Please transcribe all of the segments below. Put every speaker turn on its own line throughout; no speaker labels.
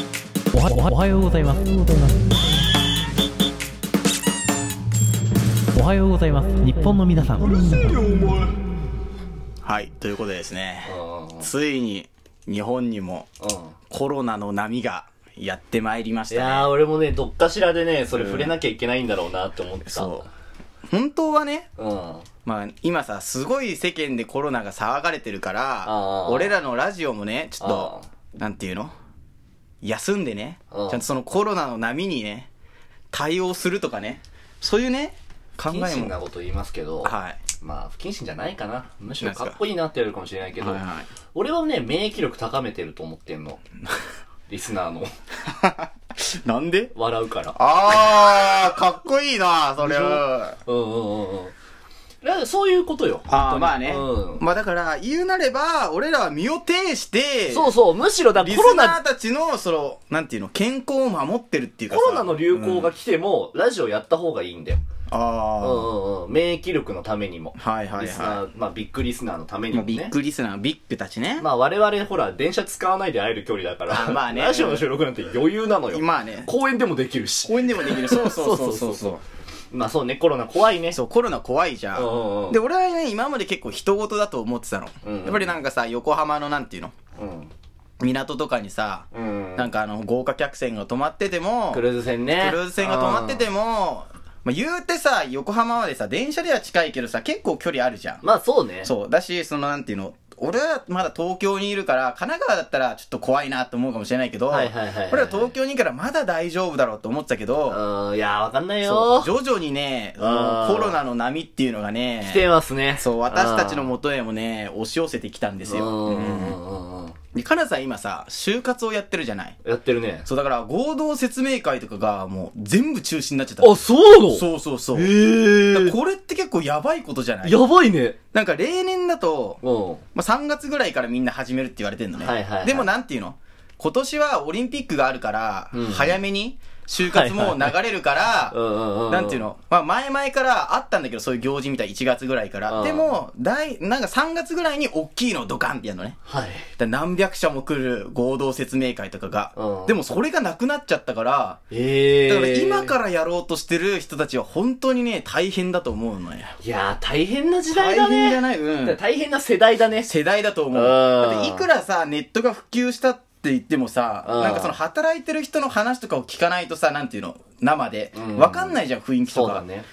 はおはおはようございます。おはようございます。日本の皆さん。
はい、ということでですね、ついに日本にも
う
コロナの波がやってまいりまし
ん。いや
た
ー、
ね。
俺もね、どっかしらでね、それ触れなきゃいけないんだろうなって思ってた。
そう。本当はね、
う。うん。
まあ今さ、すごい世間でコロナが騒がれてるか
あ
ら
ー、
俺らのラジオもね、ちょっと
あ、
なんていうの休んでね、ち
うん
ゃんとそのコロナの波にね、対応するとかね、そういうね、考
不謹
え
慎な
も。
こと言いますけど、
はい。
まあ、不謹慎じゃないかな。むしろ
なんす
か
か
っこいいなって言われるかもしれないけど、
はいはい
俺はね、免疫力高めてると思って んの。リスナーの。
なんで
笑うから。
あー、かっこいいな、それは。
うんうんうんうん。だからそういうことよ。
ああ、
本当に
まあね。
うん。
まあだから、言うなれば、俺らは身を挺して、
そうそう、むしろだ、コ
リ
ロ
スナ
ナ
ー、たちの、その、なんていうの、健康を守ってるっていう
コ
か
ロナの流行
うん
が来ても、ラジオやった方がいいんだよ。
あ
う
あ、
んうんうん。免疫力のためにも。
はいはい
リスナ
は
ー、まあ、ビッグリスナーのため
い。
に
ま
も
あ、ビ
ね
ッ。グリスナー、ビッグたちね。
まあ我々ほら、電車使わないで会える距離だから、
あまあね
ラジオの収録なんて余裕なのよ。
まあね
公園でもできるし。
公園でもできる。そうそうそう
そ
そう
そう
う
そ
そうう。
まあそうね、コロナ怖いね。
そう、コロナ怖いじゃ
うんうんうん
ん。で、俺はね、今まで結構人事だと思ってたの。
うんうん
やっぱりなんかさ、横浜のなんていうの、
うん。
港とかにさ、
うん。
なんかあの、豪華客船が止まってても、
クルーズ船ね。
クルーズ船が止まってても、まあ、言うてさ、横浜までさ、電車では近いけどさ、結構距離あるじゃん。
うん。まあそうね。
そう。だし、そのなんていうの、俺はまだ東京にいるから、神奈川だったらちょっと怖いなと思うかもしれないけど、
はいはいはいはい
俺は東京にいるからまだ大丈夫だろうと思ってたけど、
うん、いやーわかんない
そ
よ
う。徐々にね、そ
あ
の
ー
コロナの波っていうのがね
来、てますね。
そう、私たちの
も
元へもね、押し寄せてきたんです
う
よ。
んう
うん
んうんうん。
で、かなさん今さ、就活をやってるじゃない。
やってるね。
そう、だから合同説明会とかがもう全部中止になっちゃった。
あ、そうの
そうそうそう。だから
ええ。
これって結構やばいことじゃない
やばいね。
なんか例年だと、
うん。
まあ、3月ぐらいからみんな始めるって言われてんのね。
はいはいはい
でもなんていうの今年はオリンピックがあるから、
うん
早めに就活も流れるから、
うんうんうん。
なんていうのまあ前々からあったんだけど、そういう行事みたい1月ぐらいか
う
ら。
ん
でも、大、なんか3月ぐらいに大きいのをドカンってやるのね。
は
だ
い。
から何百社も来る合同説明会とかが。
うん
でもそれがなくなっちゃったから、
ええ。
だから今からやろうとしてる人たちは本当にね、大変だと思うのよ。
いやー、大変な時
大
代だ
変じゃ
ね。
ないうん。
大変な世代だね。
世代だと思う。
うん
だっていくらさ、ネットが普及したって言ってもさ、
うん
なんかその働いてる人の話とかを聞かないとさ、なんていうの、生で
うん。
わかんないじゃん、雰囲気
そ
と
う
か。
だね。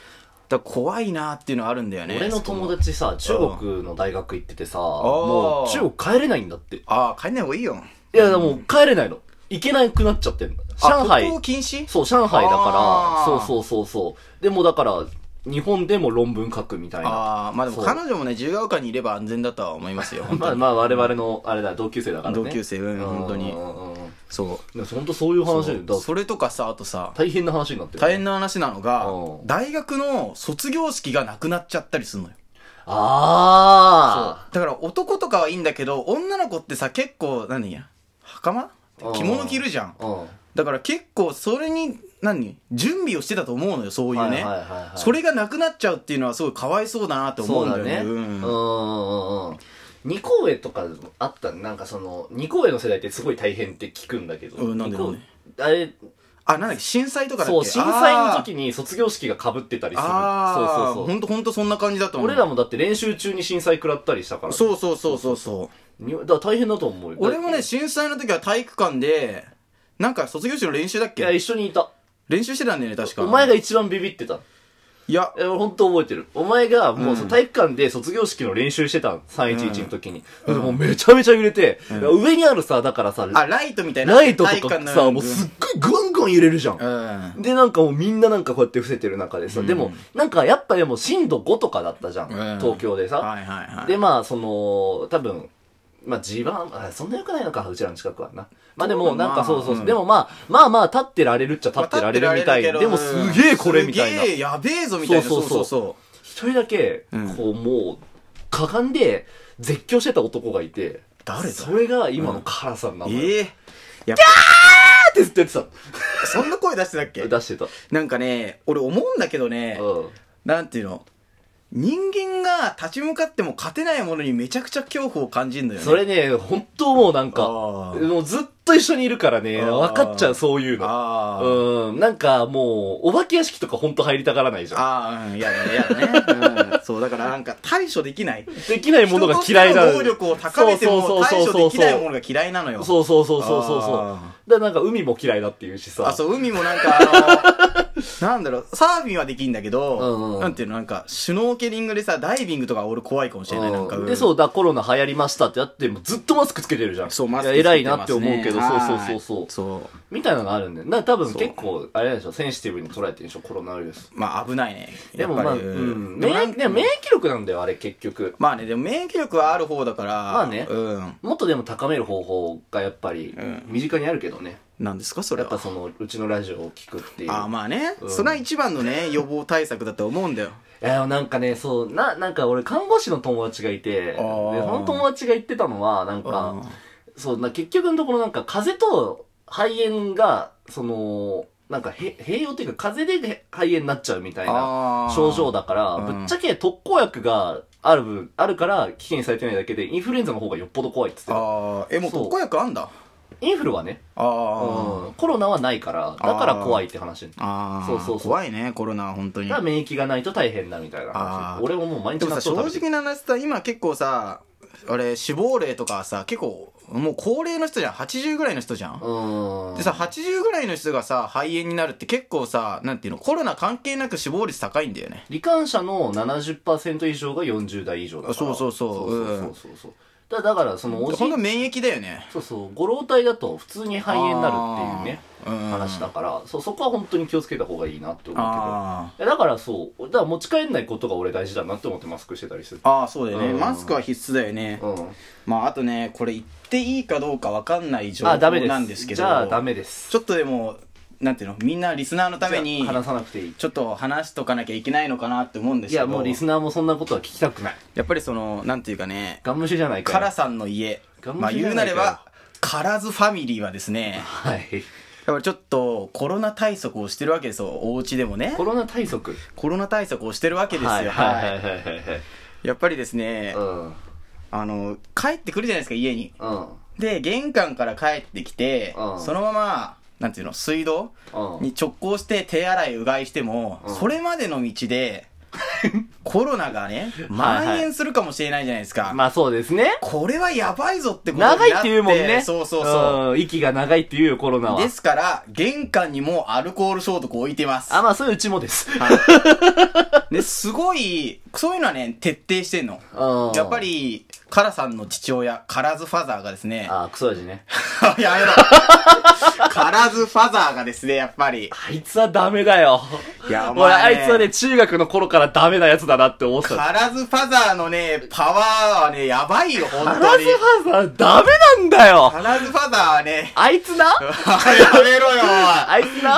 だから怖いなっていうのはあるんだよね。
俺の友達さ、中国の大学行っててさ、もう中国帰れないんだって。い
ああ、帰んない方がいいよ。
や、でも帰れないの。行けなくなっちゃってんの。上
あ、
海
渡。航禁止
そう、上海だか
あ
ら、
ー
そうそうそうそう。でもだから、日本でも論文書くみたいな。
ああ、まあでも
そう
彼女もね、自由が丘にいれば安全だとは思いますよ。本
ま
当
あ
に
まあ我々の、あれだ、同級生だからね。
同級生うん本当に
うんうんうんうん
そ
でも本当 そういう
う。
話だよ
そう
だから
それとかさ、あとさ、
大変な話になってる。
大変な話なのが
う、ん
大学の卒業式がなくなっちゃったりするのよ。
あ
だから男とかはいいんだけど、女の子ってさ、結構、何や、袴
うん
着物着るじゃん。
あ。うん。
だから結構、それに、何準備をしてたと思うのよ、そういうね
はいはいはいはい。
それがなくなっちゃうっていうのは、すごいかわいそうだなって思
そううん
だ
だ
よ
ね。
ね。
うんう
うん
んうんうん。二公演とかあったなんかその、二公演の世代ってすごい大変って聞くんだけど。
うんなんでなんで
二公演あれ、
あ、なんだっけ、震災とかだっけ
そう、震災の時に卒業式が被ってたりする。
あーあー、
そうそうそ
ほんとほんとそんな感じだと
う。
思う。
俺らもだって練習中に震災食らったりしたから。う。
そうそうそうそうそう。
だから大変だと思うよ。
俺も
だ
ね、震災の時は体育館で、なんか卒業式の練習だっ
いや、
け
一緒にいた。
練習してたんだよね、確か。
お前が一番ビビってた。
いや、
いや、俺ほんと覚えてる。お前が、もう、
うん
その体育館で卒業式の練習してたの。311の時に。でもうめちゃめちゃ揺れて、上にあるさ、だからさ、
あ、ライトみたいな。
ライト
体育
とか
館の
さ、もうすっごいぐんぐん揺れるじゃ。
うんん。
で、なんかもうみんななんかこうやって伏せてる中でさ、でも、なんかやっぱでも震度5とかだったじゃん。
うん
東京でさ。
はいはいはい。
で、まあ、その、多分、まあ地盤、あそんな良くないのか、うちらの近くはな。まあでも、
そうだな
なんかそうそう、
うん
でもまあ、まあまあ、立ってられるっちゃ立
まあ
ってられるみたい。
立ってられる
で
けど
もすげえこれみたいな
す。げえやべえぞみたいな。そ
そ
うう
そ
そ
うそう
うそ
一人だけ、
ん
こうもう、かがんで、絶叫してた男がいて、
誰だ
それが今のカラさんな
う。
のよ。え
ええやっ
ーってずっとやってた
ぱ、そんな声出してたっけ
の。出してた。
なんかね、俺思うんだけどね、
うん。
なんていうの、人間が立ち向かっても勝てないものにめちゃくちゃ恐怖を感じるのよね。
それね、本当もうなんか、
あー
もうずっと一緒にいるからね、
あー
分かっちゃう、そういうの。
あー
うん、なんかもう、お化け屋敷とかほんと入りたがらないじゃん。
ああ、うん、いやだね、やだね。うん、そう、だからなんか対処できない。
できないものが嫌いな
人としての能力を高めても対処できないものが嫌いなのよ。
そうそうそうそうそうそう。だ
あ
からなんか海も嫌いだっていうしさ。
あ、そう、海もなんかあ の、なんだろう、サーフィンはできんだけど、
うんうん
なんていうの、なんか、シュノーケリングでさ、ダイビングとか俺怖いかもしれない、なんか。
うん
ん
で、そうだ、コロナ流行りましたってやって、もうずっとマスクつけてるじゃん。
そう、マスクつけ
いや
てます
偉
ね
いなって思うけど、そうそうそうそう
はい。そう。
みたいなのがあるんだよ。な多分
そう
結構、あれなんでしょ、センシティブに捉えてるんでしょ、コロナウイルス。
まあ、危ないね。
でもまあ、
や
う
っぱり
ん。
でもな
免
ん
疫、でも免疫力なんだよ、あれ結局。
まあね、でも免疫力はある方だから、
まあね
うん。
もっとでも高める方法がやっぱり
うん、
身近にあるけどね。
なんですか、それ
やっぱ
は。
その、うちのラジオを聞くっていう。
ああ、まあね、
うん
それは一番のね、予防対策だと思うんだよ。
いや、なんかね、そう、な、なんか俺、看護師の友達がいて、で、
あ
そ
ー
の友達が言ってたのは、なん
うん
か、そう、な結局のところなんか、風邪と肺炎が、その、なんかへ、併用っていうか、風邪で肺炎になっちゃうみたいな
あー
症状だから、
うん
ぶっちゃけ特効薬がある分、あるから、危険にされてないだけで、インフルエンザの方がよっぽど怖いって言って
ああ、え、もう
そう
特効薬あんだ。
た。インフルはね、
あ
うん
あ、、
コロナはないから、だから怖いって話。
ああ、
そうそうそう
怖いね、コロナは本当に
だか。ら免疫がないと大変だみたいな
あ
話。
ー
俺ももう毎
で
日
もさ、正
納豆食べてる
直な話さ、今結構さ、あれ、死亡例とかさ、結構、もう高齢の人じゃん。80ぐらいの人じゃん。
うん。
でさ、80ぐらいの人がさ、肺炎になるって結構さ、なんていうの、コロナ関係なく死亡率高いんだよね。
罹患者の70%以上が40代以上だから
そうそうそう
そうそうそうそうそうだだからそのおじ
ほんと免疫だよね。
そうそうご老体だと普通に肺炎になるっていうね
あーうん
話だからそうそこは本当に気をつけた方がいいなって思う
あ
けどいやだからそうだから持ち帰んないことが俺大事だなって思ってマスクしてたりする
あ。ああ、そうだよね、
うん
マスクは必須だよね。
うん
まあ、あとね、これ言っていいかどうかわかんない情報
あダメです
なんですけど。
じゃあダメです
ちょっとでも、なんていうの、みんなリスナーのために
じゃ、あ話さなくていい
ちょっと話しとかなきゃいけないのかなって思うんです
い
けど。
やもうリスナーもそんなことは聞きたくない
やっぱりその、なんていうかね、
ガンムシじゃないか
カ
ら
ラさんの家。
ガン
ま
マ
あ
シじ
言う
ゃ
な
ないか
れ
よ
ば、カラズファミリーはですね、
はい
やっぱりちょっとコロナ対策をしてるわけですよ、お家でもね
コ。ロナ対策
コロナ対策をしてるわけですよ。
はいはい
は
はいはいはいはい
いやっぱりですね
う、んうん
あの、帰ってくるじゃないですか、家に。
うん
で、玄関から帰ってきて
う、ん
そのまま、なんていうの、水道に直行して手洗い、うがいしても、
うん
それまでの道 で、コロナがね、蔓延するかもしれないじゃないですか。
まあそうですね
これはやばいぞってことになって
長いって言うもんね。
そうそうそ
うん。息が長いって言うよ、コロナ
う。
は。
ですから、玄関にもうアルコール消毒置いてます。
あ、まあ、そういううちもです。
はいで、すごい、そういうのはね、徹底してんの。
うん
やっぱ。り、カラさんの父親、カラズファザーがですね、
あ、クソ味ね。
やめろ。カラズファザーがですね、やっぱり。
あいつはダメだよ。
いやお前
俺、
ね
あいつはね、中学の頃からダメなやつだなって思ってた。
カラズファザーのね、パワーはね、やばいよ、本
カ
当
ラ
に
ス。ハさん、ダメなんだよ。
カラズファザーはね、
あいつな
やめろよ、おい。
あい
あ
つな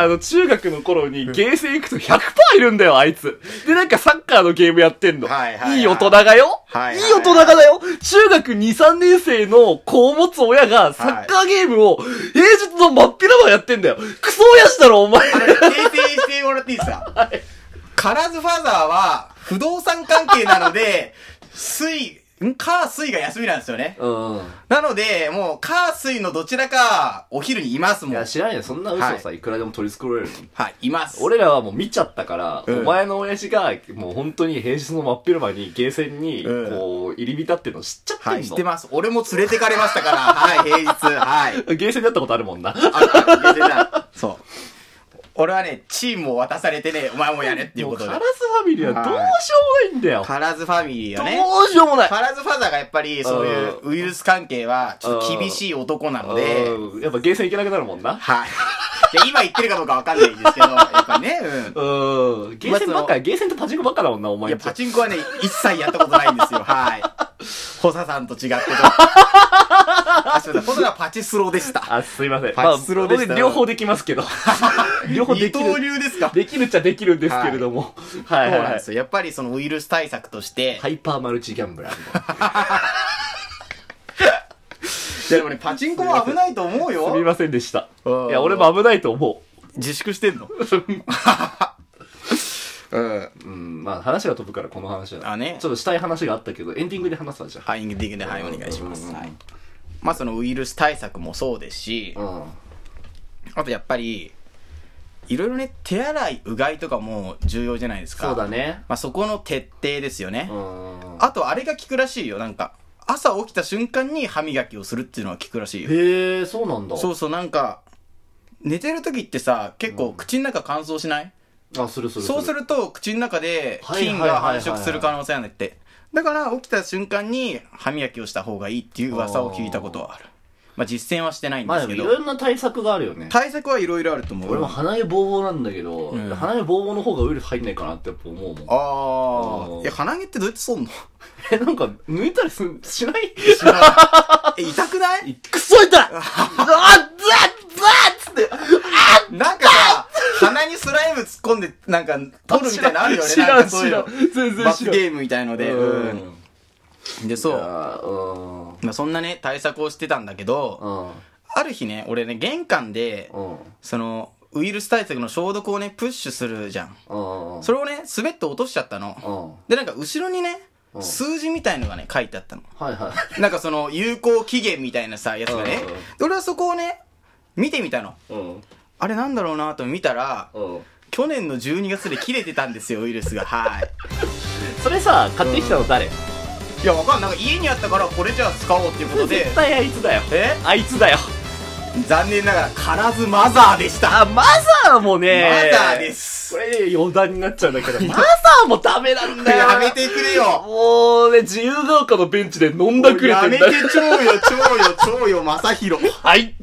ー
あの、中学の頃にゲーセン行くと100%いるんだよ、あいつ。で、なんかサッカーのゲームやってんの。
はいはいはい
大人がよ、
はいはいはい
い大人がだよ中学2、3年生の子を持つ親がサッカーゲームを平日の真っ平場やってんだよ。クソ親父だろ、お前。
訂正してもらっていいですか、カラズファザーは不動産関係なの で、水、んカー水が休みなんですよね。
うん。
なので、もう、カー水のどちらか、お昼にいます
い
もん。
や、
は
知らないよ。そんな嘘さ、い、くらでも取り繕えるの。
い、います。
俺らはもう見ちゃったから、
うん
お前の親父が、もう本当に平日の真っ昼間にゲーセンに、
うん
こう、入り浸ってるの知っちゃってんの。
はい、知ってます。俺も連れてかれましたから、はい、平日、はい。
ゲーセンでやったことあるもんな。
ああいや全然そう。俺はね、チームを渡されてね、お前もやれっていう
も
こと
うカ
で
ラ。スファミリーはどうしようもないんだよ。
カラズファミリーよね。
どうしようもない。
カラズファザーがやっぱり、そういうウイルス関係は、ちょっと厳しい男なので、
うんやっぱゲーセン行けなくなるもんな。
はい。いや、今言ってるかどうかわかんないですけど、やっぱね、う
うん。ゲーセンばっ
まあそ
か、ゲーセンとパチンコばっかだもんな、お
ん。い
前
や、
んち
パチンコはね、一切やったことないんですよ、はい。ホサさんと違ってと。あ、すいません、ホサはパチスローでした。
あ、すいません。
パチスロでした
まあ俺両方できますけ ど。両方で
二
き
刀
る。
流ですか
できるっちゃできるんですけれども。は
そう
いはい
なん
は
で
い。
すよ。やっぱりそのウイルス対策として
ハ、イパーマルチギャンブラーみたい
いやでもね、パチンコも危ないと思う
な。すみ
よ。
ませんでした。
うん
いや、俺も危ないと思
自粛してんの うん。
う。うん、まあ話が飛ぶからこの話は。
あね
ちょっとしたい話があったけど、エンディングで話すわ、じゃあ。
はい、エンディングで、はい、お願いします。はい。まあそのウイルス対策もそうですし、
うん。
あとやっぱり、いろいろね、手洗い、うがいとかも重要じゃないですか。
そうだね。
まあそこの徹底ですよね。
うん。
あとあれが効くらしいよ、なんか。朝起きた瞬間に歯磨きをするっていうのは効くらしいよ。
へえ、そうなんだ。
そうそう、なんか、寝てる時ってさ、結構口の中乾燥しない、
あ、するする。
そうす。ると、口の中で
はいはい
菌
はい
が
はい
繁殖する可能性なんだって。だから、起きた瞬間に歯磨きをした方がいいっていう噂を聞いたことはある。まあ、実践はしてないん
ま
で
あですも
け
い
ど。
ろいろな対策があるよね。
対策はいろいろあると思う。
俺も鼻毛ボーボーなんだけど、
ん
鼻毛ボーボーの方がウイルス入んないかなってやっぱ思うもん。
あ
うん
あ。いや、鼻毛ってどうやってそんの
え、なんか、抜いたりすん、しない
知ら ないえ、痛くない
いくそ痛いあっ、ザッザッつって、
なんかさ、鼻にスライム突っ込んで、なんか、取るみたいなのあるよね。
知ら
なんんかそういうの
知らん全然知らん
罰ゲームみたいので。
う
うん
ん。
で、そう。
う。
まあ、そんなね、対策をしてたんだけど、
うん。
ある日ね、俺ね、玄関で、
うん。
その、ウイルス対策の消毒をね、プッシュするじゃん。
うん。うん。
それをね、滑って落としちゃったの。で、なんか後ろにね、数字みたいのがね、書いてあったの。
はいはい。
なんかその、有効期限みたいなさ、やつがね
うんうん。
で俺はそこをね、見てみたの。
うん。
あれなんだろうなと見たら、
うん。
去年の12月で切れてたんですよ、ウイルスが。はい。
それさ、買ってきたの誰
いや、わかんない。なんか家にあったから、これじゃあ使おうっていうこと で
絶、対あいつだよ。
え
あいつだよ。
残念ながら、からずマザーでした。
あ、マザーもね。
マザーです
これね、余談になっちゃうんだけど、マザーもダメなんだよ。
やめてくれよ。
もうね、自由が丘のベンチで飲んだくれて
や
んだ
めて
よ。
ちょうよ、ちょうよ、ちょうよ、まさひろ。
はい。